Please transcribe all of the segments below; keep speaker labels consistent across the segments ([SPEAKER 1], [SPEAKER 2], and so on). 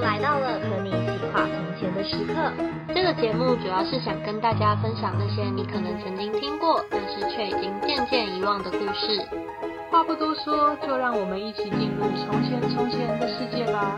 [SPEAKER 1] 来到了和你一起画从前的时刻。这个节目主要是想跟大家分享那些你可能曾经听过，但是却已经渐渐遗忘的故事。
[SPEAKER 2] 话不多说，就让我们一起进入从前从前的世界吧。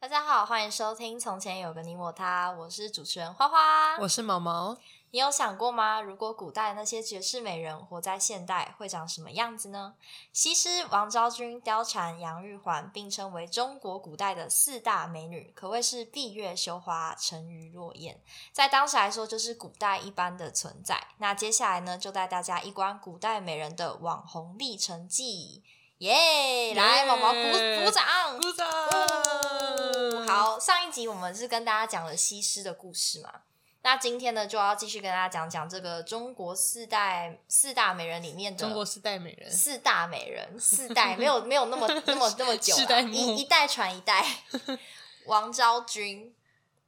[SPEAKER 3] 大家好，欢迎收听《从前有个你我他》，我是主持人花花。
[SPEAKER 4] 我是毛毛，
[SPEAKER 3] 你有想过吗？如果古代那些绝世美人活在现代，会长什么样子呢？西施、王昭君、貂蝉、杨玉环并称为中国古代的四大美女，可谓是闭月羞花、沉鱼落雁，在当时来说就是古代一般的存在。那接下来呢，就带大家一观古代美人的网红历程记。耶、来，毛毛鼓鼓掌！
[SPEAKER 4] 鼓掌
[SPEAKER 3] 哦好，上一集我们是跟大家讲了西施的故事嘛，那今天呢就要继续跟大家讲讲这个中国四代四大美人里面的
[SPEAKER 4] 中国四代美人，
[SPEAKER 3] 四大美人，四代没有 没有那么那么那么久
[SPEAKER 4] 世
[SPEAKER 3] 了，
[SPEAKER 4] 代末
[SPEAKER 3] 一一代传一 代，王昭君。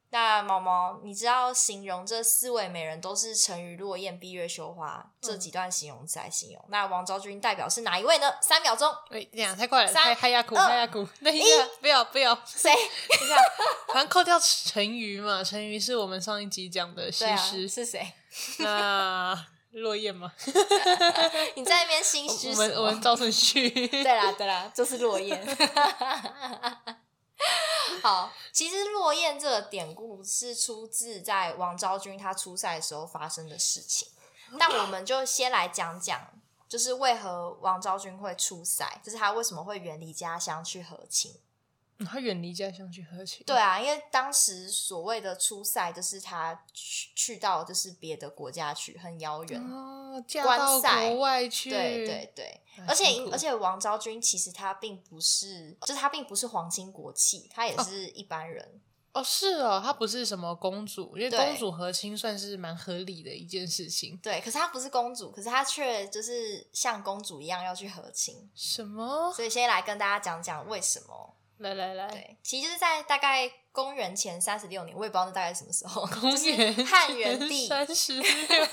[SPEAKER 3] 那毛毛，你知道形容这四位美人都是沉鱼落雁、闭月羞
[SPEAKER 4] 嗯
[SPEAKER 3] 花这几段形容词来形容。那王昭君代表是哪一位呢？三 秒钟，
[SPEAKER 4] 哎，这样太快了，
[SPEAKER 3] 三
[SPEAKER 4] 太嗨呀苦，
[SPEAKER 3] 二
[SPEAKER 4] 嗨呀苦，等一下，不要不要，
[SPEAKER 3] 谁？
[SPEAKER 4] 等一下，反正扣掉成语嘛，成语是我们上一集讲的西
[SPEAKER 3] 对啊，
[SPEAKER 4] 施，
[SPEAKER 3] 是谁？
[SPEAKER 4] 那落叶 嘛，
[SPEAKER 3] 你在那边心虚
[SPEAKER 4] 我
[SPEAKER 3] 什
[SPEAKER 4] 们
[SPEAKER 3] 么？
[SPEAKER 4] 我们照顺序，
[SPEAKER 3] 对啦，对啦，就是落雁。 好，其实落雁这个典故是出自在王昭君她出塞的时候发生的事情。但我们就先来讲讲，就是为何王昭君会出塞，就是她为什么会远离家乡去和亲。
[SPEAKER 4] 他远离家乡去喝情，
[SPEAKER 3] 对啊，因为当时所谓的出塞，就是她去去到就是别的国家去，很遥远。
[SPEAKER 4] 哦，嫁
[SPEAKER 3] 关
[SPEAKER 4] 到
[SPEAKER 3] 塞
[SPEAKER 4] 国外去，
[SPEAKER 3] 对对对，
[SPEAKER 4] 啊
[SPEAKER 3] 而且
[SPEAKER 4] 辛苦
[SPEAKER 3] 而且王昭君其实她并不是，就是她并不是皇亲国戚，她也是一般人。
[SPEAKER 4] 哦，是哦，她不是什么公主，因为
[SPEAKER 3] 对
[SPEAKER 4] 公主和亲算是蛮合理的一件事情。
[SPEAKER 3] 对，可是她不是公主，可是她却就是像公主一样要去和亲。
[SPEAKER 4] 什么？
[SPEAKER 3] 所以先来跟大家讲讲为什么。
[SPEAKER 4] 来来来，
[SPEAKER 3] 对，其实就是在大概公元前三十六年，我也不知道那大概是什么时候，
[SPEAKER 4] 公元
[SPEAKER 3] 就是汉元帝。
[SPEAKER 4] 三十 六，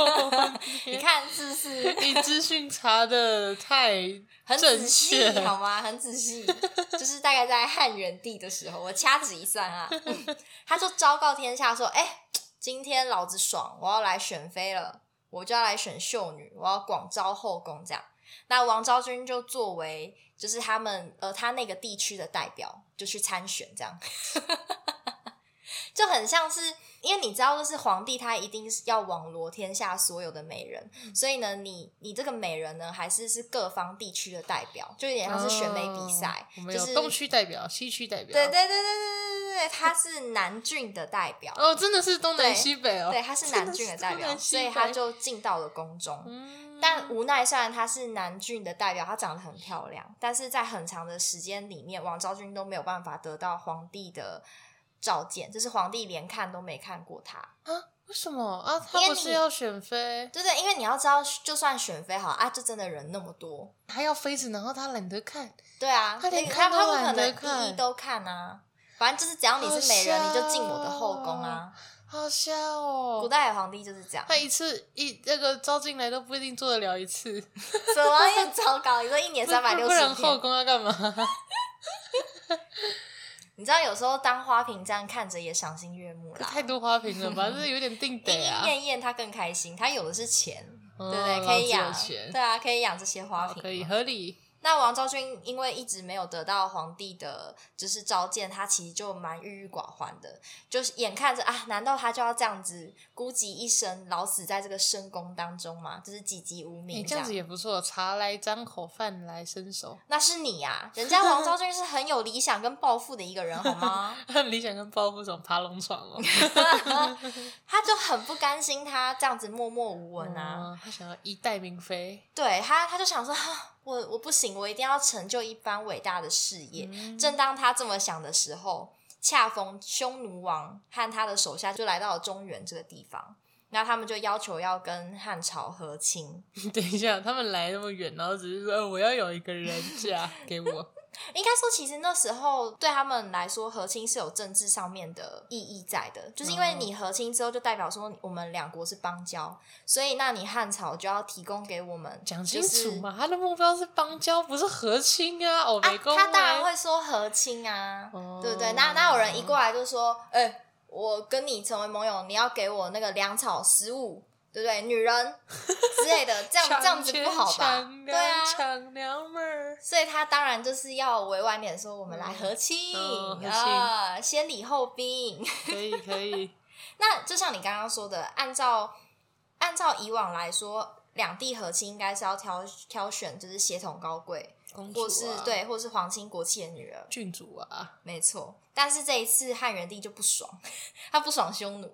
[SPEAKER 3] 你看是不是
[SPEAKER 4] 你资讯查的太
[SPEAKER 3] 很
[SPEAKER 4] 正
[SPEAKER 3] 仔
[SPEAKER 4] 确
[SPEAKER 3] 细，好吗？很仔细，就是大概在汉元帝的时候，我掐指一 算啊，嗯他就昭告天下说：“哎、今天老子爽，我要来选妃了，我就要来选秀女，我要广招后宫这样。”那王昭君就作为就是他们呃他那个地区的代表，就去参选这样。 就很像是，因为你知道，就是皇帝他一定是要网罗天下所有的美人，
[SPEAKER 4] 嗯
[SPEAKER 3] 所以呢，你你这个美人呢，还是是各方地区的代表，就有点像是选美比赛
[SPEAKER 4] 哦，我们
[SPEAKER 3] 就
[SPEAKER 4] 有
[SPEAKER 3] 是
[SPEAKER 4] 东区代表、西区代表，
[SPEAKER 3] 对对对对对对对对，他是南郡的代表，
[SPEAKER 4] 哦，真的是东南西北哦，
[SPEAKER 3] 对，他是南郡的代
[SPEAKER 4] 真
[SPEAKER 3] 表，
[SPEAKER 4] 的是
[SPEAKER 3] 所
[SPEAKER 4] 东
[SPEAKER 3] 以
[SPEAKER 4] 南西北
[SPEAKER 3] 他就进到了宫中。
[SPEAKER 4] 嗯
[SPEAKER 3] 但无奈，虽然她是南郡的代表，她长得很漂亮，但是在很长的时间里面，王昭君都没有办法得到皇帝的召见，就是皇帝连看都没看过她。
[SPEAKER 4] 啊，为什么啊？他
[SPEAKER 3] 因
[SPEAKER 4] 不
[SPEAKER 3] 为你
[SPEAKER 4] 是要选妃，
[SPEAKER 3] 对对，因为你要知道，就算选妃好啊，就真的人那么多，
[SPEAKER 4] 他要妃子，然后他懒得看，
[SPEAKER 3] 对啊，
[SPEAKER 4] 他连
[SPEAKER 3] 那个
[SPEAKER 4] 看
[SPEAKER 3] 他
[SPEAKER 4] 都
[SPEAKER 3] 不可
[SPEAKER 4] 懒得
[SPEAKER 3] 能一一
[SPEAKER 4] 看
[SPEAKER 3] 都看啊。反正就是只要你是美人，
[SPEAKER 4] 好
[SPEAKER 3] 你
[SPEAKER 4] 笑
[SPEAKER 3] 就进我的后宫啊！
[SPEAKER 4] 好笑
[SPEAKER 3] 古
[SPEAKER 4] 哦。
[SPEAKER 3] 代的皇帝就是这样，
[SPEAKER 4] 他一次一那个招进来都不一定做得了一次，
[SPEAKER 3] 什么也糟糕。你说一年
[SPEAKER 4] 不
[SPEAKER 3] 三百六
[SPEAKER 4] 不然
[SPEAKER 3] 十
[SPEAKER 4] 后
[SPEAKER 3] 天，
[SPEAKER 4] 宫要干嘛？
[SPEAKER 3] 你知道有时候当花瓶这样看着也赏心悦目啦。
[SPEAKER 4] 太多花瓶了吧，这有点定
[SPEAKER 3] 莺
[SPEAKER 4] 得
[SPEAKER 3] 莺
[SPEAKER 4] 啊，
[SPEAKER 3] 燕燕她更开心，她有的是钱，
[SPEAKER 4] 嗯
[SPEAKER 3] 对不对？
[SPEAKER 4] 老
[SPEAKER 3] 可
[SPEAKER 4] 子
[SPEAKER 3] 以
[SPEAKER 4] 有
[SPEAKER 3] 养，
[SPEAKER 4] 钱
[SPEAKER 3] 对啊，可以养这些花
[SPEAKER 4] 好
[SPEAKER 3] 瓶嘛。
[SPEAKER 4] 可以合理。
[SPEAKER 3] 那王昭君因为一直没有得到皇帝的，就是召见，她其实就蛮郁郁寡欢的，就是眼看着啊，难道她就要这样子孤寂一生，老死在这个深宫当中吗？就是籍籍无
[SPEAKER 4] 你
[SPEAKER 3] 名
[SPEAKER 4] 这样子也不错，茶来张口，饭来伸手，
[SPEAKER 3] 那是你呀、人家王昭君是很有理想跟抱负的一个人，好 吗？
[SPEAKER 4] 理想跟抱负什么爬龙床哦。
[SPEAKER 3] 她就很不甘心，她这样子默默无闻啊。
[SPEAKER 4] 嗯，他想要一代明妃，
[SPEAKER 3] 对他，他就想说，哈，我我不行，我一定要成就一番伟大的事 业。
[SPEAKER 4] 嗯
[SPEAKER 3] 正当他这么想的时候，恰逢匈奴王和他的手下就来到了中原这个地方，那他们就要求要跟汉朝和亲。
[SPEAKER 4] 等一下，他们来那么远，然后只是说、呃我要有一个人嫁给我，
[SPEAKER 3] 应该说，其实那时候对他们来说，和亲是有政治上面的意义在的，就是因为
[SPEAKER 4] 哦
[SPEAKER 3] 你和亲之后，就代表说我们两国是邦交，所以那你汉朝就要提供给我们
[SPEAKER 4] 讲
[SPEAKER 3] 就
[SPEAKER 4] 清
[SPEAKER 3] 是
[SPEAKER 4] 楚嘛，他的目标是邦交，不是和亲啊！哦，
[SPEAKER 3] 啊
[SPEAKER 4] 美，工、
[SPEAKER 3] 他当然会说和亲啊，
[SPEAKER 4] 哦
[SPEAKER 3] 对不对？那那有人一过来就说，哎、我跟你成为盟友，你要给我那个粮草、食物，对不对？女人之类的，这样 这样子不好吧？
[SPEAKER 4] 强
[SPEAKER 3] 对啊
[SPEAKER 4] 粮，抢娘们儿，
[SPEAKER 3] 所以他当然就是要委婉点说，我们来和亲、
[SPEAKER 4] 嗯和亲
[SPEAKER 3] 啊，先礼后兵。
[SPEAKER 4] 可以可以，
[SPEAKER 3] 那就像你刚刚说的，按照按照以往来说，两地和亲应该是要挑挑选就是血统高贵，
[SPEAKER 4] 公主、啊、
[SPEAKER 3] 或是对，或是皇亲国戚的女儿。
[SPEAKER 4] 郡主啊，
[SPEAKER 3] 没错，但是这一次汉元帝就不爽， 他不爽匈奴，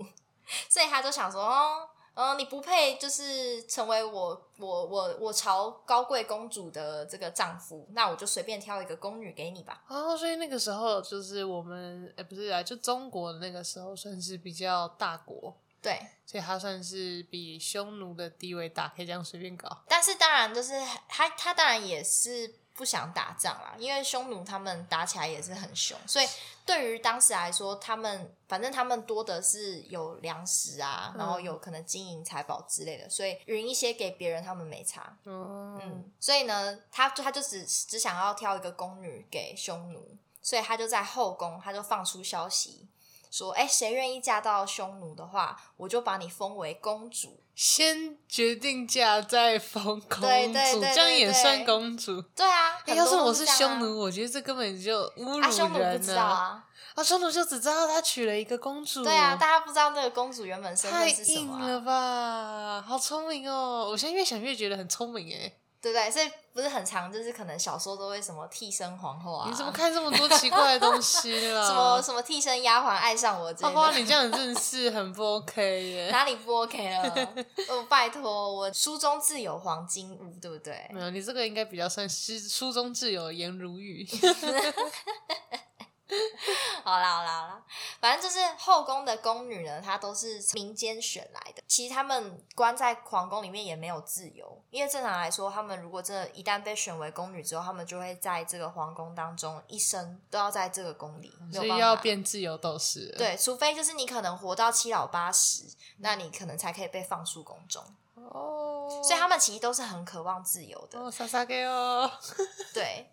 [SPEAKER 3] 所以他就想说，哦，嗯，你不配就是成为我我我我朝高贵公主的这个丈夫，那我就随便挑一个宫女给你吧。
[SPEAKER 4] 哦，所以那个时候就是我们，哎、不是啊，就中国那个时候算是比较大国，
[SPEAKER 3] 对，
[SPEAKER 4] 所以他算是比匈奴的地位大，可以这样随便搞。
[SPEAKER 3] 但是当然就是他他当然也是不想打仗啦，因为匈奴他们打起来也是很凶，所以对于当时来说，他们反正他们多的是有粮食啊，
[SPEAKER 4] 嗯
[SPEAKER 3] 然后有可能金银财宝之类的，所以匀一些给别人他们没差。
[SPEAKER 4] 嗯，
[SPEAKER 3] 嗯，所以呢，他就他就只只想要挑一个宫女给匈奴，所以他就在后宫，他就放出消息说，哎、谁愿意嫁到匈奴的话，我就把你封为公主。
[SPEAKER 4] 先决定嫁再封公主，
[SPEAKER 3] 对对对对
[SPEAKER 4] 这样也算公主。
[SPEAKER 3] 对啊，
[SPEAKER 4] 哎、
[SPEAKER 3] 很
[SPEAKER 4] 要
[SPEAKER 3] 多
[SPEAKER 4] 是我
[SPEAKER 3] 都
[SPEAKER 4] 是
[SPEAKER 3] 这样啊
[SPEAKER 4] 匈，奴，我觉得这根本就侮
[SPEAKER 3] 啊，匈
[SPEAKER 4] 辱
[SPEAKER 3] 奴不
[SPEAKER 4] 人
[SPEAKER 3] 知
[SPEAKER 4] 了。
[SPEAKER 3] 道啊，
[SPEAKER 4] 啊匈奴就只知道他娶了一个公主。
[SPEAKER 3] 对啊，大家不知道那个公主原本身
[SPEAKER 4] 哦太
[SPEAKER 3] 份是什
[SPEAKER 4] 硬
[SPEAKER 3] 么、
[SPEAKER 4] 了
[SPEAKER 3] 啊，
[SPEAKER 4] 吧！好聪明哦！我现在越想越觉得很聪明哎、
[SPEAKER 3] 对不对？所以不是很常，就是可能小说都会什么替身皇后啊，
[SPEAKER 4] 你怎么看这么多奇怪的东西啦？
[SPEAKER 3] 什么什么替身丫鬟爱上我 之
[SPEAKER 4] 花
[SPEAKER 3] 类的。
[SPEAKER 4] 花，你这样真的是很不 OK 耶！
[SPEAKER 3] 哪里不 OK 了？ 哦，拜托，我书中自有黄金屋，对不对？
[SPEAKER 4] 没有，你这个应该比较算是书中自有颜如 玉。
[SPEAKER 3] 好啦好啦好啦，反正就是后宫的宫女呢，她都是民间选来的。其实她们关在皇宫里面也没有自由，因为正常来说，她们如果真的一旦被选为宫女之后，她们就会在这个皇宫当中一生都要在这个宫里，没
[SPEAKER 4] 所
[SPEAKER 3] 有
[SPEAKER 4] 以
[SPEAKER 3] 办法
[SPEAKER 4] 要变自由斗士了。
[SPEAKER 3] 对，除非就是你可能活到七老八十，那你可能才可以被放出宫中。
[SPEAKER 4] 哦，
[SPEAKER 3] 所以她们其实都是很渴望自由的。
[SPEAKER 4] 哦，莎莎给哦，
[SPEAKER 3] 对，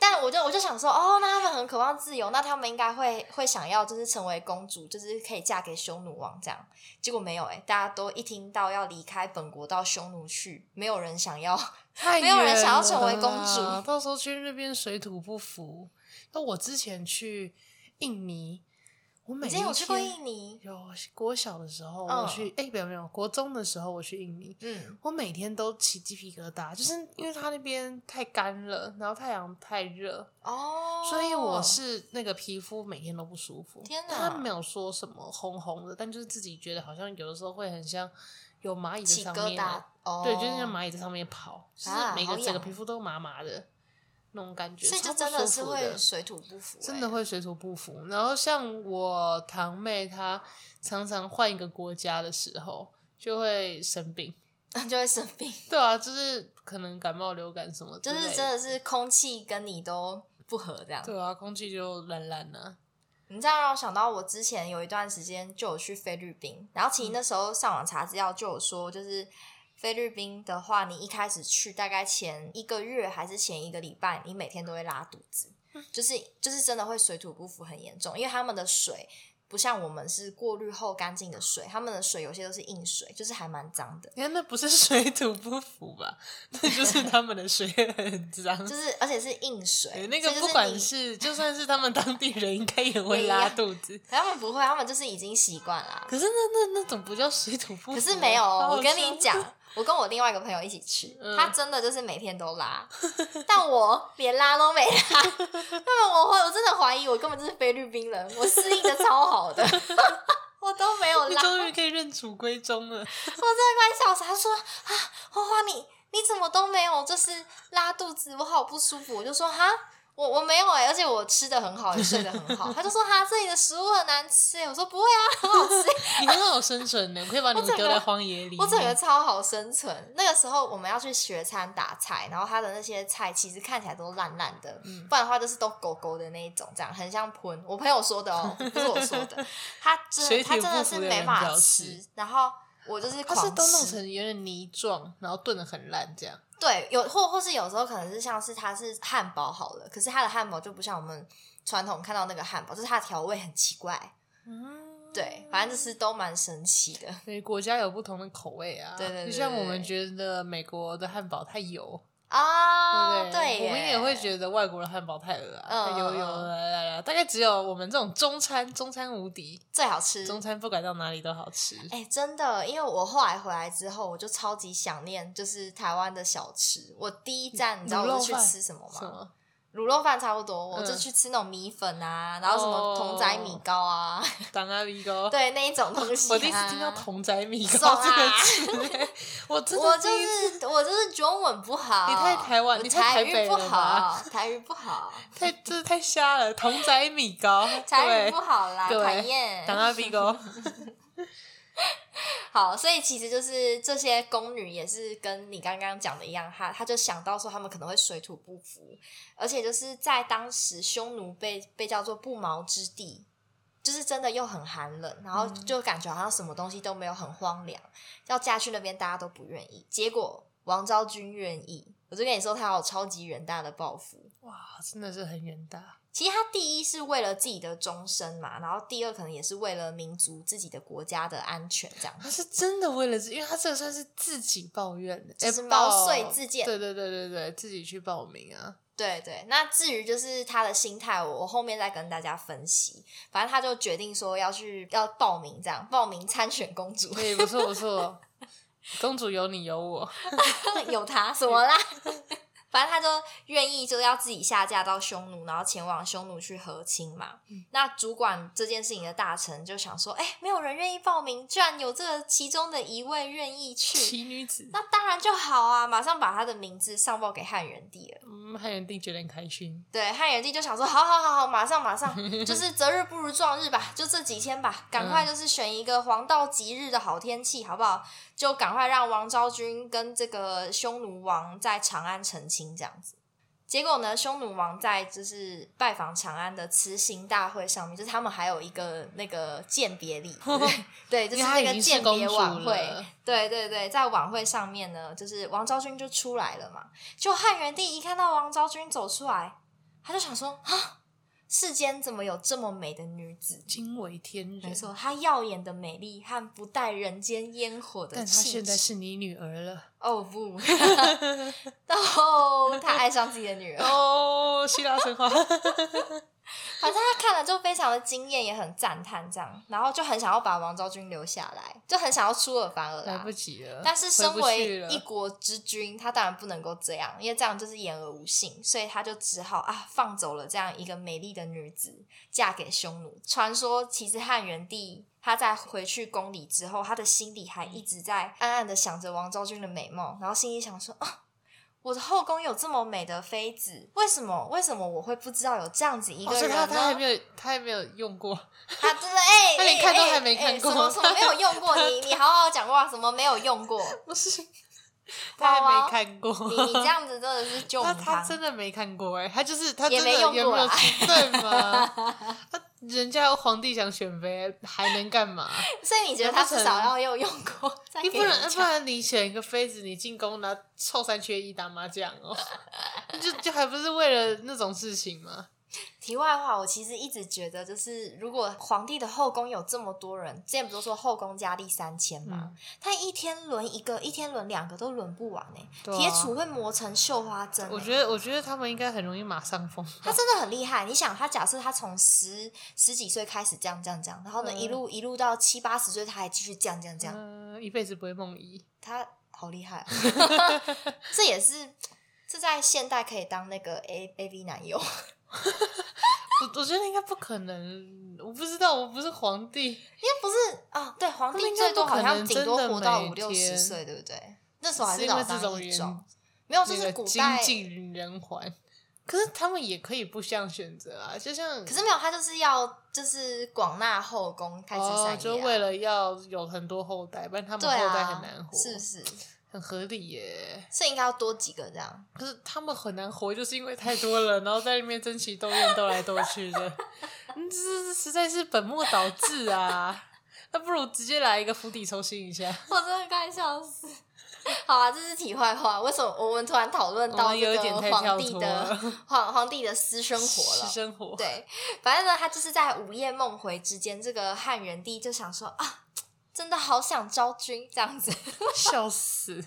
[SPEAKER 3] 但我就我就想说，哦，那他们很渴望自由，那他们应该会会想要就是成为公主，就是可以嫁给匈奴王这样。结果没有哎、大家都一听到要离开本国到匈奴去，没有人想要。
[SPEAKER 4] 太
[SPEAKER 3] 没有人
[SPEAKER 4] 远
[SPEAKER 3] 想要成为
[SPEAKER 4] 了
[SPEAKER 3] 公
[SPEAKER 4] 啦
[SPEAKER 3] 主
[SPEAKER 4] 到时候去那边水土不服。那我之前去印尼，我每一
[SPEAKER 3] 你之前有去过
[SPEAKER 4] 天
[SPEAKER 3] 印尼？
[SPEAKER 4] 有国小的时候，
[SPEAKER 3] 嗯
[SPEAKER 4] 我去哎、没有没有，国中的时候我去印尼，
[SPEAKER 3] 嗯，
[SPEAKER 4] 我每天都起鸡皮疙瘩，就是因为它那边太干了，然后太阳太热，
[SPEAKER 3] 哦，
[SPEAKER 4] 所以我是那个皮肤每天都不舒服。
[SPEAKER 3] 天哪
[SPEAKER 4] 他没有说什么红红的，但就是自己觉得好像有的时候会很像有蚂蚁
[SPEAKER 3] 起
[SPEAKER 4] 在上
[SPEAKER 3] 疙
[SPEAKER 4] 面
[SPEAKER 3] 瘩
[SPEAKER 4] 啊，，
[SPEAKER 3] 哦，
[SPEAKER 4] 对，就是像蚂蚁在上面跑，就是
[SPEAKER 3] 啊
[SPEAKER 4] 每
[SPEAKER 3] 好
[SPEAKER 4] 个整个
[SPEAKER 3] 痒
[SPEAKER 4] 皮肤都麻麻的那种感觉，
[SPEAKER 3] 所以
[SPEAKER 4] 超
[SPEAKER 3] 就
[SPEAKER 4] 不
[SPEAKER 3] 真的
[SPEAKER 4] 舒
[SPEAKER 3] 是
[SPEAKER 4] 服
[SPEAKER 3] 会
[SPEAKER 4] 的
[SPEAKER 3] 水土不服、欸
[SPEAKER 4] 真的。会水土不服。然后像我堂妹，她常常换一个国家的时候就会生病。
[SPEAKER 3] 就会生病，
[SPEAKER 4] 对啊，就是可能感冒、流感什么之
[SPEAKER 3] 就
[SPEAKER 4] 类的，
[SPEAKER 3] 是真的是空气跟你都不合这样。
[SPEAKER 4] 对啊，空气就懒懒啊。
[SPEAKER 3] 你这样让我想到，我之前有一段时间就有去菲律宾，然后
[SPEAKER 4] 嗯
[SPEAKER 3] 其实那时候上网查资料就有说，就是菲律宾的话，你一开始去大概前一个月还是前一个礼拜，你每天都会拉肚子，
[SPEAKER 4] 嗯
[SPEAKER 3] 就是就是真的会水土不服很严重，因为他们的水不像我们是过滤后干净的水，他们的水有些都是硬水，就是还蛮脏的。
[SPEAKER 4] 你看，那不是水土不服吧？那就是他们的水很脏。
[SPEAKER 3] 就是，而且是硬水
[SPEAKER 4] 对，那个
[SPEAKER 3] 所以就是
[SPEAKER 4] 不管
[SPEAKER 3] 你
[SPEAKER 4] 是就算是他们当地人，应该也会
[SPEAKER 3] 也一样
[SPEAKER 4] 拉肚 子。
[SPEAKER 3] 他们不会，他们就是已经习惯了。啊
[SPEAKER 4] 可是那那那种不叫水土不服啊。
[SPEAKER 3] 可是没有
[SPEAKER 4] 好
[SPEAKER 3] 哦，
[SPEAKER 4] 好
[SPEAKER 3] 我跟
[SPEAKER 4] 笑
[SPEAKER 3] 你讲，我跟我另外一个朋友一起去，
[SPEAKER 4] 嗯
[SPEAKER 3] 他真的就是每天 都拉，但我连拉都没拉。 那么我会，我真的怀疑我根本就是菲律宾人，我适应的超 好的，我都没 有
[SPEAKER 4] 你
[SPEAKER 3] 拉，我真的
[SPEAKER 4] 终于可以认祖归宗了。
[SPEAKER 3] 快笑死。他说啊，花花你你怎么都没有，就是拉肚子，我好不舒服。我就说哈。我我没有哎、而且我吃的很好，也睡得很好。他就说哈，这里的食物很难吃欸，我说不会啊，很好吃。
[SPEAKER 4] 你很好生存呢，我可以把你
[SPEAKER 3] 我
[SPEAKER 4] 们
[SPEAKER 3] 整
[SPEAKER 4] 丢
[SPEAKER 3] 个
[SPEAKER 4] 在荒野里面。
[SPEAKER 3] 我整个超好生存。那个时候我们要去学餐打菜，然后他的那些菜其实看起来都烂烂的，
[SPEAKER 4] 嗯
[SPEAKER 3] 不然的话就是都狗狗的那一种，这样很像喷。我朋友说 的哦，不是我说的，他真
[SPEAKER 4] 水
[SPEAKER 3] 的
[SPEAKER 4] 土
[SPEAKER 3] 他真
[SPEAKER 4] 不
[SPEAKER 3] 的
[SPEAKER 4] 服
[SPEAKER 3] 是
[SPEAKER 4] 的
[SPEAKER 3] 没
[SPEAKER 4] 人
[SPEAKER 3] 办
[SPEAKER 4] 比
[SPEAKER 3] 法
[SPEAKER 4] 较
[SPEAKER 3] 吃
[SPEAKER 4] 吃，
[SPEAKER 3] 然后我就是
[SPEAKER 4] 它
[SPEAKER 3] 狂
[SPEAKER 4] 是都弄
[SPEAKER 3] 吃
[SPEAKER 4] 成有点泥状，然后炖的很烂这样。
[SPEAKER 3] 对，有或或是有时候可能是像是它是汉堡好了，可是它的汉堡就不像我们传统看到那个汉堡，就是它的调味很奇怪。
[SPEAKER 4] 嗯，
[SPEAKER 3] 对，反正就是都蛮神奇的。
[SPEAKER 4] 每国家有不同的口味啊。
[SPEAKER 3] 对对对
[SPEAKER 4] 就像我们
[SPEAKER 3] 对
[SPEAKER 4] 觉得美国的汉堡太油，
[SPEAKER 3] 啊、
[SPEAKER 4] 对不
[SPEAKER 3] 对耶，
[SPEAKER 4] 我们也会觉得外国的汉堡太恶啊，
[SPEAKER 3] 嗯
[SPEAKER 4] 太油
[SPEAKER 3] 嗯
[SPEAKER 4] 油
[SPEAKER 3] 嗯
[SPEAKER 4] 的来来来，大概只有我们这种中餐，中餐无敌，
[SPEAKER 3] 最好吃。
[SPEAKER 4] 中餐不管到哪里都好吃。
[SPEAKER 3] 哎、真的，因为我后来回来之后，我就超级想念就是台湾的小吃。我第一站你知道
[SPEAKER 4] 卤肉
[SPEAKER 3] 我是去
[SPEAKER 4] 饭
[SPEAKER 3] 吃什么
[SPEAKER 4] 什
[SPEAKER 3] 吗？
[SPEAKER 4] 么？
[SPEAKER 3] 卤肉饭差不多，我就
[SPEAKER 4] 嗯
[SPEAKER 3] 去吃那种米粉啊，然后什么童仔米
[SPEAKER 4] 哦
[SPEAKER 3] 糕啊，
[SPEAKER 4] 当阿米糕。
[SPEAKER 3] 对那一种东西、啊。
[SPEAKER 4] 我第一次听到童仔米
[SPEAKER 3] 爽
[SPEAKER 4] 糕
[SPEAKER 3] 啊
[SPEAKER 4] 这个词，我真
[SPEAKER 3] 我
[SPEAKER 4] 的
[SPEAKER 3] 就
[SPEAKER 4] 第一次
[SPEAKER 3] 是我就是中文不好，
[SPEAKER 4] 你太台湾
[SPEAKER 3] 我
[SPEAKER 4] 你太
[SPEAKER 3] 台
[SPEAKER 4] 台北
[SPEAKER 3] 语不
[SPEAKER 4] 了吧
[SPEAKER 3] 好，台语不好，
[SPEAKER 4] 太真的太瞎了，童仔米 糕，
[SPEAKER 3] 台语
[SPEAKER 4] 对
[SPEAKER 3] 不，好啦，
[SPEAKER 4] 各位
[SPEAKER 3] 讨厌。
[SPEAKER 4] 当阿啊米糕。
[SPEAKER 3] 好，所以其实就是这些宫女也是跟你刚刚讲的一样，哈，她就想到说她们可能会水土不服，而且就是在当时匈奴被被叫做不毛之地。就是真的又很寒冷，然后就感觉好像什么东西都没有，很荒凉。要嫁去那边，大家都不愿意。结果王昭君愿意，我就跟你说，她有超级远大的抱负。
[SPEAKER 4] 哇，真的是很远大。
[SPEAKER 3] 其实他第一是为了自己的终身嘛，然后第二可能也是为了民族自己的国家的安全这样。
[SPEAKER 4] 他是真的为了自，因为他这个算是自己抱怨的，
[SPEAKER 3] 就
[SPEAKER 4] 哎
[SPEAKER 3] 是
[SPEAKER 4] 报
[SPEAKER 3] 毛遂自荐
[SPEAKER 4] 对对对对对，自己去报名啊。
[SPEAKER 3] 对对，那至于就是他的心态，我我后面再跟大家分析。反正他就决定说要去要报名这样，报名参选公主，
[SPEAKER 4] 可以，哎不错不错，公主有你有我，
[SPEAKER 3] 有他什么啦？反正他就愿意，就是要自己下嫁到匈奴，然后前往匈奴去和亲嘛。那主管这件事情的大臣就想说，哎、没有人愿意报名，居然有这其中的一位愿意去，
[SPEAKER 4] 奇女子。
[SPEAKER 3] 那当然就好啊，马上把他的名字上报给汉元帝了。
[SPEAKER 4] 嗯，汉元帝觉得很开心。
[SPEAKER 3] 对，汉元帝就想说，好好好好，马上马上，就是 择日不如撞日吧，就这几天吧，赶
[SPEAKER 4] 嗯
[SPEAKER 3] 快就是选一个黄道吉日的好天气，好不好？就赶快让王昭君跟这个匈奴王在长安成亲，这样子。结果呢，匈奴王在就是拜访长安的辞行大会上面，就是他们还有一个那个鉴 别礼，对，就是
[SPEAKER 4] 因为他
[SPEAKER 3] 那
[SPEAKER 4] 已
[SPEAKER 3] 个
[SPEAKER 4] 经是
[SPEAKER 3] 鉴
[SPEAKER 4] 公
[SPEAKER 3] 别
[SPEAKER 4] 主
[SPEAKER 3] 晚会
[SPEAKER 4] 了，，
[SPEAKER 3] 对对对，在晚会上面呢，就是王昭君就出来了嘛。就汉元帝一看到王昭君走出来，他就想说啊，世间怎么有这么美的女子？
[SPEAKER 4] 惊为天人。
[SPEAKER 3] 没错，，她耀眼的美丽和不带人间烟火的
[SPEAKER 4] 但她
[SPEAKER 3] 气
[SPEAKER 4] 现在
[SPEAKER 3] 质。
[SPEAKER 4] 是你女儿 了。
[SPEAKER 3] 哦不，然后他爱上自己的女儿，
[SPEAKER 4] 哦，希腊神 话。
[SPEAKER 3] 反正他看了就非常的惊艳，也很赞叹这样，然后就很想要把王昭君留下来，就很想要出尔反尔
[SPEAKER 4] 来
[SPEAKER 3] 啦
[SPEAKER 4] 不。及了。
[SPEAKER 3] 但是身
[SPEAKER 4] 回不去
[SPEAKER 3] 为
[SPEAKER 4] 了
[SPEAKER 3] 一国之君，他当然不能够这样，因为这样就是言而无信，所以他就只好啊放走了这样一个美丽的女子，嫁给匈奴。传说其实汉元帝他在回去宫里之后，他的心里还一直在暗暗的想着王昭君的美貌，然后心里想说啊。我的后宫有这么美的妃子，为什么？为什么我会不知道有这样子一
[SPEAKER 4] 哦，
[SPEAKER 3] 个
[SPEAKER 4] 所
[SPEAKER 3] 人
[SPEAKER 4] 以
[SPEAKER 3] 呢？
[SPEAKER 4] 他他还没有他还没有用过，
[SPEAKER 3] 他真的哎，
[SPEAKER 4] 他连
[SPEAKER 3] 哎
[SPEAKER 4] 看都
[SPEAKER 3] 哎
[SPEAKER 4] 还没看
[SPEAKER 3] 哎
[SPEAKER 4] 过
[SPEAKER 3] 什么什么没有用过？你你好好讲话，什么没有用过？
[SPEAKER 4] 不是
[SPEAKER 3] 哇
[SPEAKER 4] 他还
[SPEAKER 3] 哇
[SPEAKER 4] 没看过。
[SPEAKER 3] 哦你 你这样子真的是救
[SPEAKER 4] 他
[SPEAKER 3] 母
[SPEAKER 4] 他
[SPEAKER 3] 汤，
[SPEAKER 4] 真的没看过哎、他就是他
[SPEAKER 3] 也
[SPEAKER 4] 真的
[SPEAKER 3] 没用
[SPEAKER 4] 也
[SPEAKER 3] 过
[SPEAKER 4] 没有
[SPEAKER 3] 啦
[SPEAKER 4] 去对 吗？他人家皇帝想选妃，还能干嘛？
[SPEAKER 3] 所以你觉得他至少要有用过？再
[SPEAKER 4] 你
[SPEAKER 3] 给
[SPEAKER 4] 不
[SPEAKER 3] 人
[SPEAKER 4] 然
[SPEAKER 3] 家
[SPEAKER 4] 不然你选一个妃子，你进宫拿凑三缺一打麻将哦， 就就还不是为了那种事情吗？
[SPEAKER 3] 题外话，我其实一直觉得，就是如果皇帝的后宫有这么多人，之前不是说后宫佳丽三千吗？
[SPEAKER 4] 嗯，
[SPEAKER 3] 他一天轮一个，一天轮两个都轮不完呢、
[SPEAKER 4] 对啊
[SPEAKER 3] 铁杵会磨成绣花针欸、
[SPEAKER 4] 我觉得我觉得他们应该很容易马上疯。
[SPEAKER 3] 他真的很厉害。你想，他假设他从十十几岁开始这样这样这样，然后呢、
[SPEAKER 4] 嗯
[SPEAKER 3] 一路一路到七八十岁，他还继续这样这 样这样，
[SPEAKER 4] 嗯、一辈子不会梦遗。
[SPEAKER 3] 他好厉 害、哦，这也是这在现代可以当那个 A A V 男友，因
[SPEAKER 4] 我我觉得应该不可能，我不知道，我不是皇帝。
[SPEAKER 3] 为不是啊，对，皇
[SPEAKER 4] 他们
[SPEAKER 3] 帝
[SPEAKER 4] 应该
[SPEAKER 3] 最多
[SPEAKER 4] 不可
[SPEAKER 3] 好
[SPEAKER 4] 能
[SPEAKER 3] 像顶多
[SPEAKER 4] 真的
[SPEAKER 3] 活到
[SPEAKER 4] 每
[SPEAKER 3] 五六十
[SPEAKER 4] 天
[SPEAKER 3] 岁，对不对？那时候还
[SPEAKER 4] 是因为
[SPEAKER 3] 老
[SPEAKER 4] 这种
[SPEAKER 3] 啊当益
[SPEAKER 4] 原
[SPEAKER 3] 壮，没有，就
[SPEAKER 4] 那
[SPEAKER 3] 是
[SPEAKER 4] 个
[SPEAKER 3] 古
[SPEAKER 4] 经
[SPEAKER 3] 代
[SPEAKER 4] 济人环，可是他们也可以不想选择啊，就像
[SPEAKER 3] 可是没有，他就是要就是广纳后宫，开枝散叶、
[SPEAKER 4] 哦，
[SPEAKER 3] 啊
[SPEAKER 4] 就为了要有很多后代，不然他们
[SPEAKER 3] 对
[SPEAKER 4] 后
[SPEAKER 3] 啊，
[SPEAKER 4] 代很难活，
[SPEAKER 3] 是不是？
[SPEAKER 4] 很合理耶。
[SPEAKER 3] 是应该要多几个这样。
[SPEAKER 4] 可是他们很难活，就是因为太多了，然后在里面争奇斗艳、斗来斗去的， 嗯这这实在是本末倒置啊！那不如直接来一个釜底抽薪一下。
[SPEAKER 3] 我真的快笑死。好啊，这是题外话。为什么我们突然讨论
[SPEAKER 4] 我
[SPEAKER 3] 到
[SPEAKER 4] 们有
[SPEAKER 3] 这
[SPEAKER 4] 一点
[SPEAKER 3] 个
[SPEAKER 4] 太跳
[SPEAKER 3] 皇帝
[SPEAKER 4] 脱
[SPEAKER 3] 的
[SPEAKER 4] 了
[SPEAKER 3] 皇皇帝的私生活
[SPEAKER 4] 私
[SPEAKER 3] 了？
[SPEAKER 4] 生活，
[SPEAKER 3] 对，反正呢，他就是在午夜梦回之间，这个汉元帝就想说啊，真的好想昭君这样子。
[SPEAKER 4] 笑死！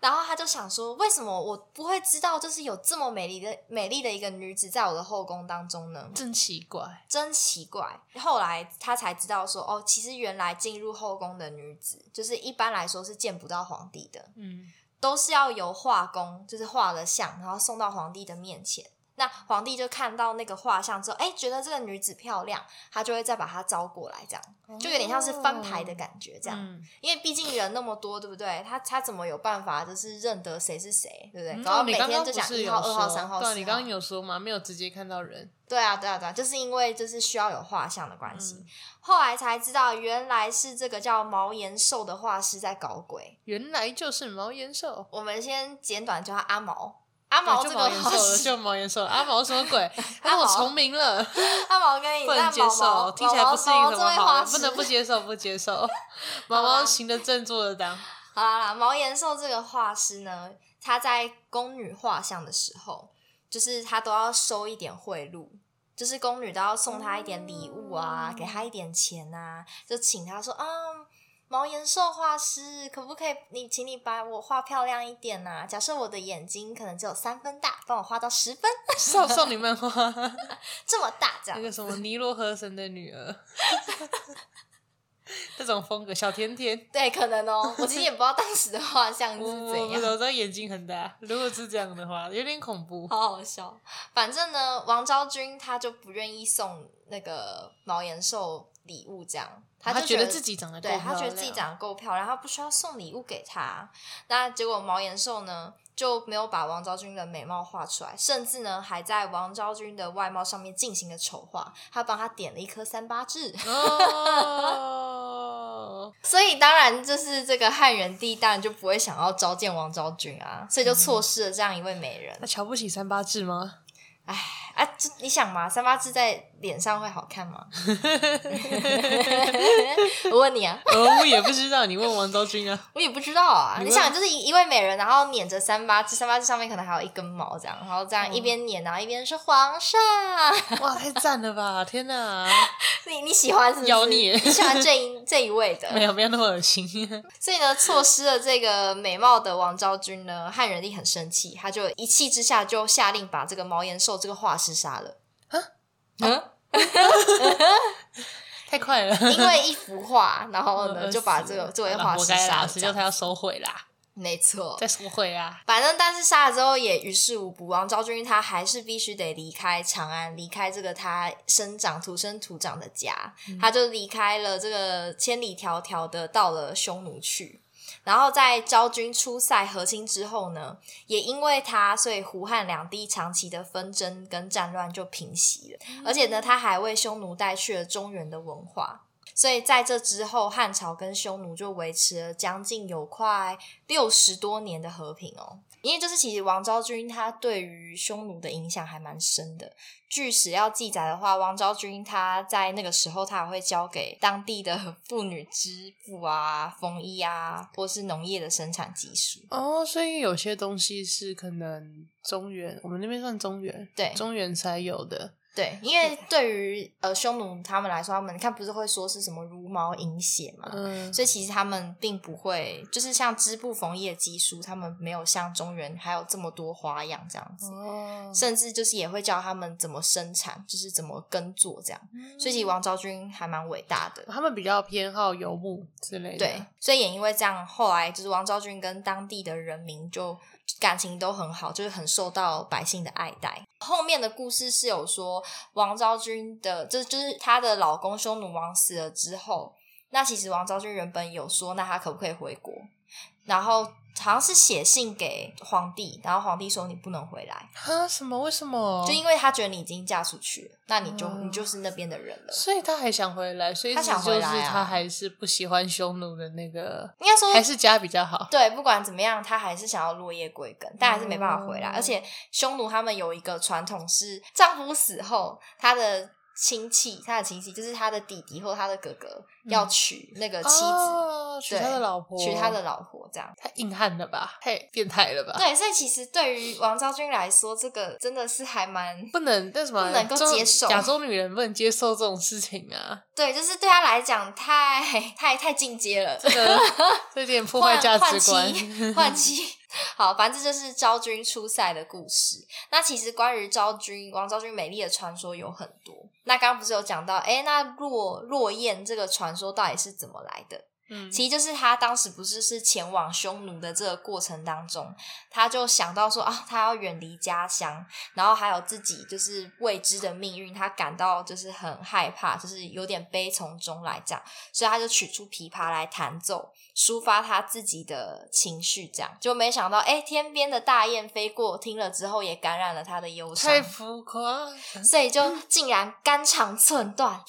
[SPEAKER 3] 然后他就想说，为什么我不会知道，就是有这么美丽的美丽的一个女子在我的后宫当中呢？
[SPEAKER 4] 真奇怪，
[SPEAKER 3] 真奇怪。后来他才知道说，哦，其实原来进入后宫的女子，就是一般来说是见不到皇帝的，
[SPEAKER 4] 嗯，
[SPEAKER 3] 都是要由画工，就是画了像，然后送到皇帝的面前。那皇帝就看到那个画像之后，哎，觉得这个女子漂亮，他就会再把她招过来，这样就有点像是翻牌的感觉，这样。
[SPEAKER 4] 哦嗯
[SPEAKER 3] 因为毕竟人那么多，对不对？他他怎么有办法就是认得谁是谁，对不对？
[SPEAKER 4] 嗯
[SPEAKER 3] 然后
[SPEAKER 4] 哦
[SPEAKER 3] 每
[SPEAKER 4] 你刚
[SPEAKER 3] 天
[SPEAKER 4] 刚
[SPEAKER 3] 就
[SPEAKER 4] 不
[SPEAKER 3] 讲
[SPEAKER 4] 是
[SPEAKER 3] 一
[SPEAKER 4] 有
[SPEAKER 3] 号、二号、
[SPEAKER 4] 说
[SPEAKER 3] 三号、
[SPEAKER 4] 对啊
[SPEAKER 3] 四
[SPEAKER 4] 你
[SPEAKER 3] 号
[SPEAKER 4] 刚刚。有说吗？没有直接看到人，
[SPEAKER 3] 对啊，对啊，对啊，就是因为就是需要有画像的关系，
[SPEAKER 4] 嗯
[SPEAKER 3] 后来才知道原来是这个叫毛延寿的画师在搞鬼。
[SPEAKER 4] 原来就是毛延寿。
[SPEAKER 3] 我们先简短叫他阿毛。阿毛
[SPEAKER 4] 对
[SPEAKER 3] 这
[SPEAKER 4] 就毛
[SPEAKER 3] 个
[SPEAKER 4] 延寿
[SPEAKER 3] 画
[SPEAKER 4] 了，
[SPEAKER 3] 师，
[SPEAKER 4] 就毛延寿了。阿毛什 么鬼？他
[SPEAKER 3] 阿
[SPEAKER 4] 跟
[SPEAKER 3] 毛
[SPEAKER 4] 我重名了，
[SPEAKER 3] 阿毛跟你
[SPEAKER 4] 不
[SPEAKER 3] 那
[SPEAKER 4] 能接
[SPEAKER 3] 毛毛
[SPEAKER 4] 受，听起来不
[SPEAKER 3] 毛毛
[SPEAKER 4] 是一个
[SPEAKER 3] 毛
[SPEAKER 4] 什
[SPEAKER 3] 这
[SPEAKER 4] 么
[SPEAKER 3] 位
[SPEAKER 4] 好
[SPEAKER 3] 画
[SPEAKER 4] 人，不
[SPEAKER 3] 师，
[SPEAKER 4] 能不接受，不接 受。毛
[SPEAKER 3] 啦
[SPEAKER 4] 毛行得正，坐得当，
[SPEAKER 3] 好啦好啦，毛延寿这个画师呢，他在宫女画像的时候，就是他都要收一点贿赂，就是宫女都要送他一点礼物啊，给他一点钱啊，就请他说啊。毛延寿画师，可不可以你请你把我画漂亮一点呐、假设我的眼睛可能只有三分大，帮我画到十分
[SPEAKER 4] 少少女漫画，
[SPEAKER 3] 这么大这样
[SPEAKER 4] 那。个什么尼罗河神的女 儿，这种风格，小甜 甜。
[SPEAKER 3] 对，可能哦，我其实也不知道当时的画像是
[SPEAKER 4] 我我
[SPEAKER 3] 怎
[SPEAKER 4] 不
[SPEAKER 3] 样
[SPEAKER 4] 知。道，这眼睛很大。如果是这样的话，有点恐怖。
[SPEAKER 3] 好好笑。反正呢，王昭君她就不愿意送那个毛延寿礼物，这样她就
[SPEAKER 4] 他觉
[SPEAKER 3] 得
[SPEAKER 4] 得自己长得够
[SPEAKER 3] 对
[SPEAKER 4] 漂亮，
[SPEAKER 3] 她觉得自己长得够漂亮，她不需要送礼物给她。那结果毛延寿呢就没有把王昭君的美貌画出来，甚至呢还在王昭君的外貌上面进行了丑化，他帮她点了一颗三八痣。
[SPEAKER 4] 哦，
[SPEAKER 3] 所以当然就是这个汉元帝当然就不会想要召见王昭君啊，所以就错失了这样一位美人。
[SPEAKER 4] 那瞧不起三八痣吗？
[SPEAKER 3] 啊，这你想嘛，三八痣在脸上会好 看吗？我问你啊，
[SPEAKER 4] 哦，我也不知道，你问王昭君 啊。
[SPEAKER 3] 我也不知道啊。
[SPEAKER 4] 你
[SPEAKER 3] 你
[SPEAKER 4] 问
[SPEAKER 3] 想，就是一一位美人，然后捻着三八痣，三八痣上面可能还有一根毛，这样，然后这样
[SPEAKER 4] 嗯
[SPEAKER 3] 一边捻，然后一边说皇上，
[SPEAKER 4] 哇，太赞了吧！天哪，
[SPEAKER 3] 你你喜欢是不是？
[SPEAKER 4] 妖孽
[SPEAKER 3] 你喜欢这一这一位
[SPEAKER 4] 没
[SPEAKER 3] 的。
[SPEAKER 4] 有没有那么恶 心。
[SPEAKER 3] 所以呢，错失了这个美貌的王昭君呢，汉元帝很生气，他就一气之下就下令把这个毛延寿这个画师杀了。嗯。
[SPEAKER 4] 太快了，
[SPEAKER 3] 因为一幅画，然后呢
[SPEAKER 4] 饿
[SPEAKER 3] 就把
[SPEAKER 4] 死
[SPEAKER 3] 这个
[SPEAKER 4] 了
[SPEAKER 3] 这位
[SPEAKER 4] 好啦
[SPEAKER 3] 画
[SPEAKER 4] 活
[SPEAKER 3] 师
[SPEAKER 4] 该
[SPEAKER 3] 杀
[SPEAKER 4] 啦，
[SPEAKER 3] 了
[SPEAKER 4] 谁
[SPEAKER 3] 这
[SPEAKER 4] 叫他
[SPEAKER 3] 样。哦
[SPEAKER 4] 要收回啦，
[SPEAKER 3] 没错，
[SPEAKER 4] 再收回啊啦。
[SPEAKER 3] 反正但是杀了之后也于事无补，王昭君她还是必须得离开长安，离开这个她生长土生土长的家，她就离开了这个千里迢迢的到了匈奴去。然后在昭君出塞和亲之后呢，也因为她，所以胡汉两地长期的纷争跟战乱就平息了。而且呢，他还为匈奴带去了中原的文化。所以在这之后，汉朝跟匈奴就维持了将近有快六十多年的和平哦。因为就是其实王昭君她对于匈奴的影响还蛮深的。据史料记载的话，王昭君她在那个时候，她还会交给当地的 妇女织布啊、缝衣啊，或是农业的生产技术。
[SPEAKER 4] 哦，所以有些东西是可能中原，我们那边算中原，
[SPEAKER 3] 对
[SPEAKER 4] 中原才有的。
[SPEAKER 3] 对，因为对于呃匈奴他们来说，他们你看不是会说是什么茹毛饮血嘛？
[SPEAKER 4] 嗯，
[SPEAKER 3] 所以其实他们并不会，就是像织布缝衣的技术，他们没有像中原还有这么多花样这样子，
[SPEAKER 4] 哦，
[SPEAKER 3] 甚至就是也会教他们怎么生产，就是怎么耕作这样。所以其实王昭君还蛮伟大的，
[SPEAKER 4] 他们比较偏好游牧之类的。
[SPEAKER 3] 对，所以也因为这样，后来就是王昭君跟当地的人民就感情都很好，就是很受到百姓的爱戴。后面的故事是有说，王昭君的，这就是她的老公匈奴王死了之后，那其实王昭君原本有说，那她可不可以回国？然后好像是写信给皇帝，然后皇帝说你不能回来，
[SPEAKER 4] 啊？什么？为什么？
[SPEAKER 3] 就因为他觉得你已经嫁出去了，那你就、
[SPEAKER 4] 哦
[SPEAKER 3] 你就是那边的人了。
[SPEAKER 4] 所以他还想回来，所以
[SPEAKER 3] 他想
[SPEAKER 4] 就
[SPEAKER 3] 回
[SPEAKER 4] 是
[SPEAKER 3] 来啊
[SPEAKER 4] 他还是不喜欢匈奴的那个，
[SPEAKER 3] 应该说
[SPEAKER 4] 还是家比较好。
[SPEAKER 3] 对，不管怎么样，他还是想要落叶归根，但还是没办法回来。
[SPEAKER 4] 嗯
[SPEAKER 3] 而且匈奴他们有一个传统是，丈夫死后，他的亲戚，他的亲戚就是他的弟弟或他的哥哥，
[SPEAKER 4] 嗯
[SPEAKER 3] 要娶那个妻子，
[SPEAKER 4] 哦、娶
[SPEAKER 3] 对
[SPEAKER 4] 他的老婆，
[SPEAKER 3] 娶他的老婆，这样。
[SPEAKER 4] 太硬汉了吧？太变态了吧？
[SPEAKER 3] 对，所以其实对于王昭君来说，这个真的是还蛮
[SPEAKER 4] 不能，但什么
[SPEAKER 3] 不能够
[SPEAKER 4] 中
[SPEAKER 3] 接受
[SPEAKER 4] 亚洲女人不能接受这种事情 啊，
[SPEAKER 3] 对，就是对他来讲太 太太进阶了，
[SPEAKER 4] 这有点破坏
[SPEAKER 3] 换
[SPEAKER 4] 价值观
[SPEAKER 3] 换。妻，换妻。 好，反正这就是昭君出塞的故事。那其实关于昭君、王昭君美丽的传说有很多。那刚刚不是有讲到，哎，那落落雁这个传说到底是怎么来的？
[SPEAKER 4] 嗯，
[SPEAKER 3] 其实就是他当时不是是前往匈奴的这个过程当中，他就想到说啊，他要远离家乡，然后还有自己就是未知的命运，他感到就是很害怕，就是有点悲从中来这样，所以他就取出琵琶来弹奏，抒发他自己的情绪，这样就没想到，哎，天边的大雁飞过，听了之后也感染了他的忧伤，
[SPEAKER 4] 太浮夸。
[SPEAKER 3] 所以就竟然肝肠 寸断，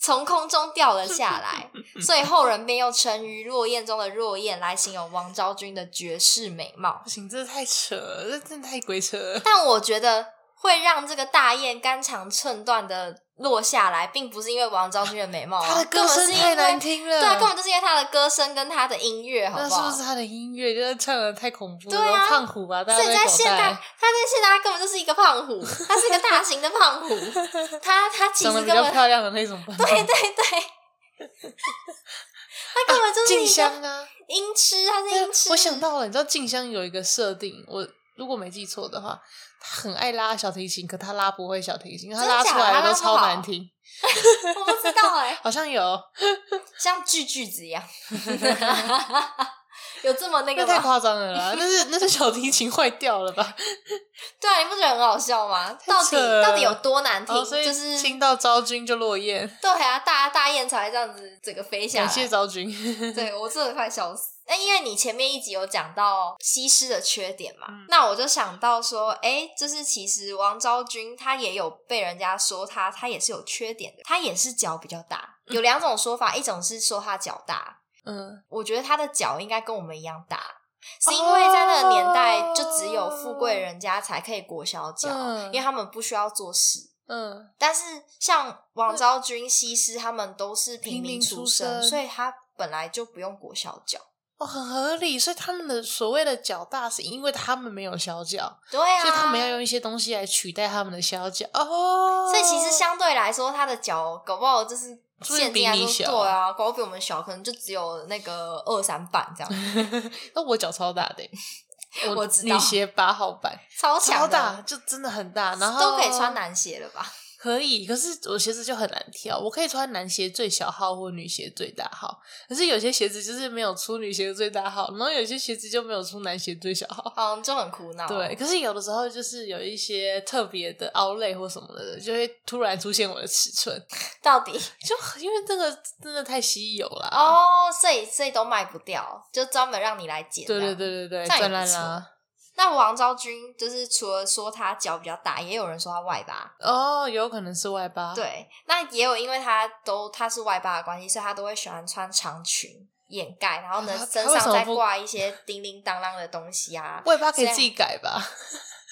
[SPEAKER 3] 从空中掉了下来。所以后人便用成语“落雁中的落雁”来形容王昭君的绝世美貌
[SPEAKER 4] 不。行，这太扯了，这真的太鬼扯了。
[SPEAKER 3] 但我觉得会让这个大雁肝肠寸断的落下来，并不是因为王昭君的美貌、啊，
[SPEAKER 4] 他的歌
[SPEAKER 3] 根本
[SPEAKER 4] 声
[SPEAKER 3] 是
[SPEAKER 4] 太
[SPEAKER 3] 因
[SPEAKER 4] 难
[SPEAKER 3] 为。
[SPEAKER 4] 听了，
[SPEAKER 3] 对啊，根本就是因为她的歌声跟她的音乐，好
[SPEAKER 4] 那
[SPEAKER 3] 不
[SPEAKER 4] 是
[SPEAKER 3] 好？
[SPEAKER 4] 不是他的音乐就是唱的太恐怖了？
[SPEAKER 3] 对啊
[SPEAKER 4] 胖虎吧，大家
[SPEAKER 3] 所
[SPEAKER 4] 都
[SPEAKER 3] 以
[SPEAKER 4] 在
[SPEAKER 3] 在
[SPEAKER 4] 狗
[SPEAKER 3] 现代，
[SPEAKER 4] 带，
[SPEAKER 3] 他在现代他根本就是一个胖虎，他是一个大型的胖 虎，他他其实
[SPEAKER 4] 长得
[SPEAKER 3] 根
[SPEAKER 4] 比较
[SPEAKER 3] 本
[SPEAKER 4] 漂亮的那种吧。
[SPEAKER 3] 对对对，他根本就是
[SPEAKER 4] 静
[SPEAKER 3] 一个
[SPEAKER 4] 香啊，
[SPEAKER 3] 音痴，他是音痴。
[SPEAKER 4] 我想到了，你知道静香有一个设定，我如果没记错的话，她很爱拉小提琴，可她拉不会小提琴，她
[SPEAKER 3] 真的
[SPEAKER 4] 拉
[SPEAKER 3] 假
[SPEAKER 4] 出
[SPEAKER 3] 的
[SPEAKER 4] 来
[SPEAKER 3] 她拉
[SPEAKER 4] 都
[SPEAKER 3] 不
[SPEAKER 4] 超
[SPEAKER 3] 好
[SPEAKER 4] 难听，
[SPEAKER 3] 我不知道 哎、
[SPEAKER 4] 好像有，
[SPEAKER 3] 像锯锯子一样，有这么那
[SPEAKER 4] 那
[SPEAKER 3] 个
[SPEAKER 4] 太
[SPEAKER 3] 吗？
[SPEAKER 4] 夸张了 啦！那是那是小提琴坏掉了吧？
[SPEAKER 3] 对啊，你不觉得很好笑吗？到底
[SPEAKER 4] 扯了
[SPEAKER 3] 到底有多难听？
[SPEAKER 4] 哦，所以
[SPEAKER 3] 就是
[SPEAKER 4] 听到昭君就落雁，
[SPEAKER 3] 对啊，大大雁才会这样子整个飞 下
[SPEAKER 4] 感谢
[SPEAKER 3] 来。
[SPEAKER 4] 昭君。
[SPEAKER 3] 对我真的快笑死。那因为你前面一集有讲到西施的缺点嘛，
[SPEAKER 4] 嗯
[SPEAKER 3] 那我就想到说，哎，就是其实王昭君她也有被人家说她，她也是有缺点的，她也是脚比较大。有两种说法，一种是说她脚大，
[SPEAKER 4] 嗯，
[SPEAKER 3] 我觉得他的脚应该跟我们一样大，是因为在那个年代就只有富贵人家才可以裹小脚，
[SPEAKER 4] 哦嗯
[SPEAKER 3] 因为他们不需要做事。
[SPEAKER 4] 嗯，
[SPEAKER 3] 但是像王昭君、西施他们都是平
[SPEAKER 4] 平
[SPEAKER 3] 民
[SPEAKER 4] 民
[SPEAKER 3] 出
[SPEAKER 4] 出
[SPEAKER 3] 身，
[SPEAKER 4] 身
[SPEAKER 3] 所以他本来就不用裹小脚。
[SPEAKER 4] 哦，很合理。所以他们的所谓的脚大，是因为他们没有小脚，
[SPEAKER 3] 对啊，
[SPEAKER 4] 所以他们要用一些东西来取代他们的小脚。哦，
[SPEAKER 3] 所以其 实相对来说，他的脚搞不好就是
[SPEAKER 4] 说不定
[SPEAKER 3] 限定
[SPEAKER 4] 比
[SPEAKER 3] 来
[SPEAKER 4] 你
[SPEAKER 3] 说，
[SPEAKER 4] 小
[SPEAKER 3] 对啊，搞不好比我们小，可能就只有那个二三瓣 这样，
[SPEAKER 4] 那哦我脚超大的欸、
[SPEAKER 3] 我知道
[SPEAKER 4] 女鞋八号版，
[SPEAKER 3] 超强
[SPEAKER 4] 超
[SPEAKER 3] 的
[SPEAKER 4] 大，就真的很大，然后
[SPEAKER 3] 都可以穿，男鞋了吧？
[SPEAKER 4] 可以。可是我鞋子就很难挑，我可以穿男鞋最小号或女鞋最大号，可是有些鞋子就是没有出女鞋最大号，然后有些鞋子就没有出男鞋最小号。
[SPEAKER 3] 嗯，就很苦恼。
[SPEAKER 4] 对，可是有的时候就是有一些特别的凹类或什么的，就会突然出现我的尺寸，
[SPEAKER 3] 到底
[SPEAKER 4] 就因为这个真的太稀有了。，啊
[SPEAKER 3] 哦，所以所以都卖不掉，就专门让你来剪。
[SPEAKER 4] 对对。对对对，
[SPEAKER 3] 这样也
[SPEAKER 4] 赚
[SPEAKER 3] 不
[SPEAKER 4] 烂
[SPEAKER 3] 错
[SPEAKER 4] 啦。
[SPEAKER 3] 那王昭君就是除了说她脚比较大，也有人说她外八。
[SPEAKER 4] 哦，有可能是外八。，
[SPEAKER 3] 对，那也有因为她都她是外八的关系，所以她都会喜欢穿长裙掩盖，然后呢
[SPEAKER 4] 啊
[SPEAKER 3] 身
[SPEAKER 4] 她为什
[SPEAKER 3] 上
[SPEAKER 4] 么
[SPEAKER 3] 再
[SPEAKER 4] 不
[SPEAKER 3] 挂一些叮叮当当的东西啊。
[SPEAKER 4] 外八可以
[SPEAKER 3] 这样
[SPEAKER 4] 自己改吧？，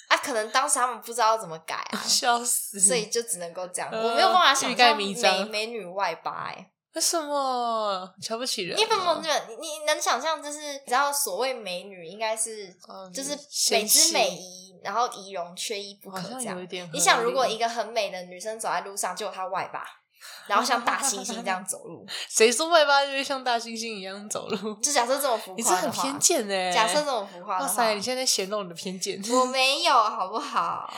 [SPEAKER 3] 啊，可能当时他们不知道怎么改啊
[SPEAKER 4] 笑死！
[SPEAKER 3] 所以就只能够这样。
[SPEAKER 4] 呃
[SPEAKER 3] 我没有办法
[SPEAKER 4] 欲
[SPEAKER 3] 想
[SPEAKER 4] 盖
[SPEAKER 3] 象
[SPEAKER 4] 弥
[SPEAKER 3] 美
[SPEAKER 4] 彰
[SPEAKER 3] 美女外八哎、欸
[SPEAKER 4] 为什么瞧不起人？啊
[SPEAKER 3] 你有没有觉得你你能想象，就是你知道所谓美女应该是
[SPEAKER 4] 嗯
[SPEAKER 3] 就是
[SPEAKER 4] 纤
[SPEAKER 3] 美之
[SPEAKER 4] 细
[SPEAKER 3] 美仪，然后仪容缺一不可
[SPEAKER 4] 好
[SPEAKER 3] 这
[SPEAKER 4] 像有一
[SPEAKER 3] 样。
[SPEAKER 4] 点合理。
[SPEAKER 3] 你想，如果一个很美的女生走在路上，就有她外八，然后像大猩猩这样走路，
[SPEAKER 4] 谁说外八就会像大猩猩一样走 路？
[SPEAKER 3] 就假设这种浮
[SPEAKER 4] 你这
[SPEAKER 3] 夸的
[SPEAKER 4] 很
[SPEAKER 3] 话，
[SPEAKER 4] 偏见哎！
[SPEAKER 3] 假设这种浮夸
[SPEAKER 4] 哇
[SPEAKER 3] 的
[SPEAKER 4] 塞，你
[SPEAKER 3] 话，
[SPEAKER 4] 现在显露你的偏见
[SPEAKER 3] 我没有好不好？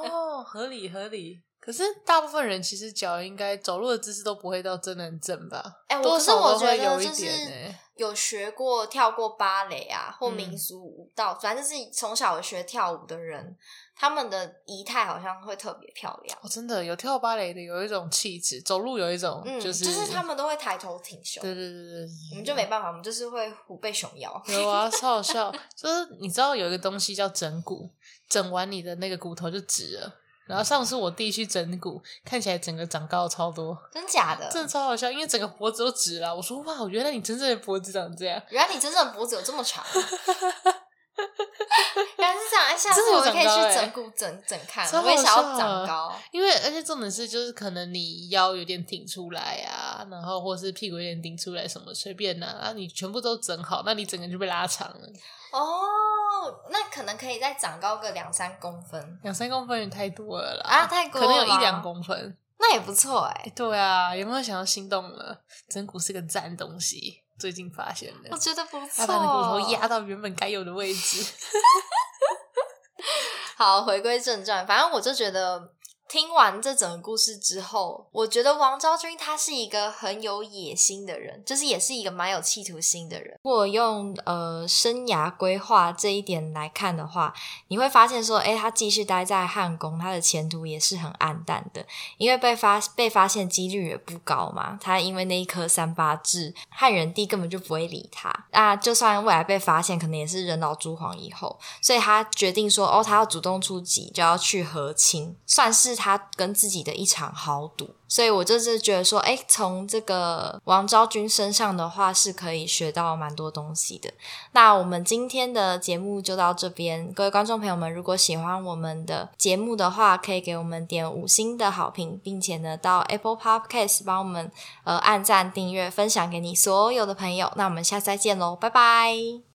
[SPEAKER 4] 哦，合理合理，可是大部分人其实脚应该走路的姿势都不会到真的很正吧？
[SPEAKER 3] 哎我
[SPEAKER 4] 多
[SPEAKER 3] 可是
[SPEAKER 4] 少
[SPEAKER 3] 我
[SPEAKER 4] 都
[SPEAKER 3] 觉
[SPEAKER 4] 会
[SPEAKER 3] 得
[SPEAKER 4] 有一
[SPEAKER 3] 就是
[SPEAKER 4] 点欸
[SPEAKER 3] 有学过跳过芭蕾啊，或
[SPEAKER 4] 嗯
[SPEAKER 3] 民俗舞蹈，反正就是从小有学跳舞的人，他们的仪态好像会特别漂亮。
[SPEAKER 4] 哦，真的有跳芭蕾的有一种气质，走路有一种
[SPEAKER 3] 嗯，
[SPEAKER 4] 哦就、
[SPEAKER 3] 就是他们都会抬头挺胸，
[SPEAKER 4] 对对对对，
[SPEAKER 3] 我们就没办法，我们就是会虎背熊腰。
[SPEAKER 4] 有啊，超好笑。就是你知道有一个东西叫整骨，整完你的那个骨头就直了。然后上次我弟去整骨，看起来整个长高超多，
[SPEAKER 3] 真假的？
[SPEAKER 4] 真的超好笑，因为整个脖子都直了。我说哇，原来你真正的脖子长这样，
[SPEAKER 3] 原来你真正的脖子有这 么长、啊，原来是这样。哎，下
[SPEAKER 4] 真
[SPEAKER 3] 次
[SPEAKER 4] 的有
[SPEAKER 3] 我可以
[SPEAKER 4] 长高
[SPEAKER 3] 去
[SPEAKER 4] 哎
[SPEAKER 3] 整骨整整看，
[SPEAKER 4] 超
[SPEAKER 3] 我也
[SPEAKER 4] 好
[SPEAKER 3] 想要
[SPEAKER 4] 笑
[SPEAKER 3] 长
[SPEAKER 4] 啊
[SPEAKER 3] 高。
[SPEAKER 4] 因为而且重点是就是可能你腰有点挺出来啊，然后或是屁股有点顶出来什么随便拿、啊，你全部都整好，那你整个就被拉长了
[SPEAKER 3] 哦，那可能可以再长高个两三公分
[SPEAKER 4] 两三公分，也太多了啦
[SPEAKER 3] 啊，，太多
[SPEAKER 4] 可
[SPEAKER 3] 了
[SPEAKER 4] 能有
[SPEAKER 3] 吧，
[SPEAKER 4] 一两公分。
[SPEAKER 3] 那也不错哎、
[SPEAKER 4] 哎对啊，有没有想要心动了？整骨是个赞东西，最近发现的
[SPEAKER 3] 我。觉得不
[SPEAKER 4] 它
[SPEAKER 3] 错。
[SPEAKER 4] 把你骨
[SPEAKER 3] 哦
[SPEAKER 4] 头压到原本该有的位置，
[SPEAKER 3] 好，回归正传，反正我就觉得听完这整个故事之后，我觉得王昭君她是一个很有野心的人，就是也是一个蛮有企图心的人。如果用呃生涯规划这一点来看的话，你会发现说，哎，她继续待在汉宫，她的前途也是很暗淡的，因为被发被发现几率也不高嘛。她因为那一颗三八痣，汉人帝根本就不会理她。那就算未来被发现，可能也是人老珠黄以后。所以他决定说，哦，他要主动出击，就要去和亲，算是他跟自己的一场豪赌。所以我就是觉得说，哎，从这个王昭君身上的话，是可以学到蛮多东西的。那我们今天的节目就到这边，各位观众朋友们，如果喜欢我们的节目的话，可以给我们点五星的好评，并且呢，到 Apple Podcast 帮我们呃按赞、订阅、分享给你所有的朋友。那我们下次再见喽，拜拜。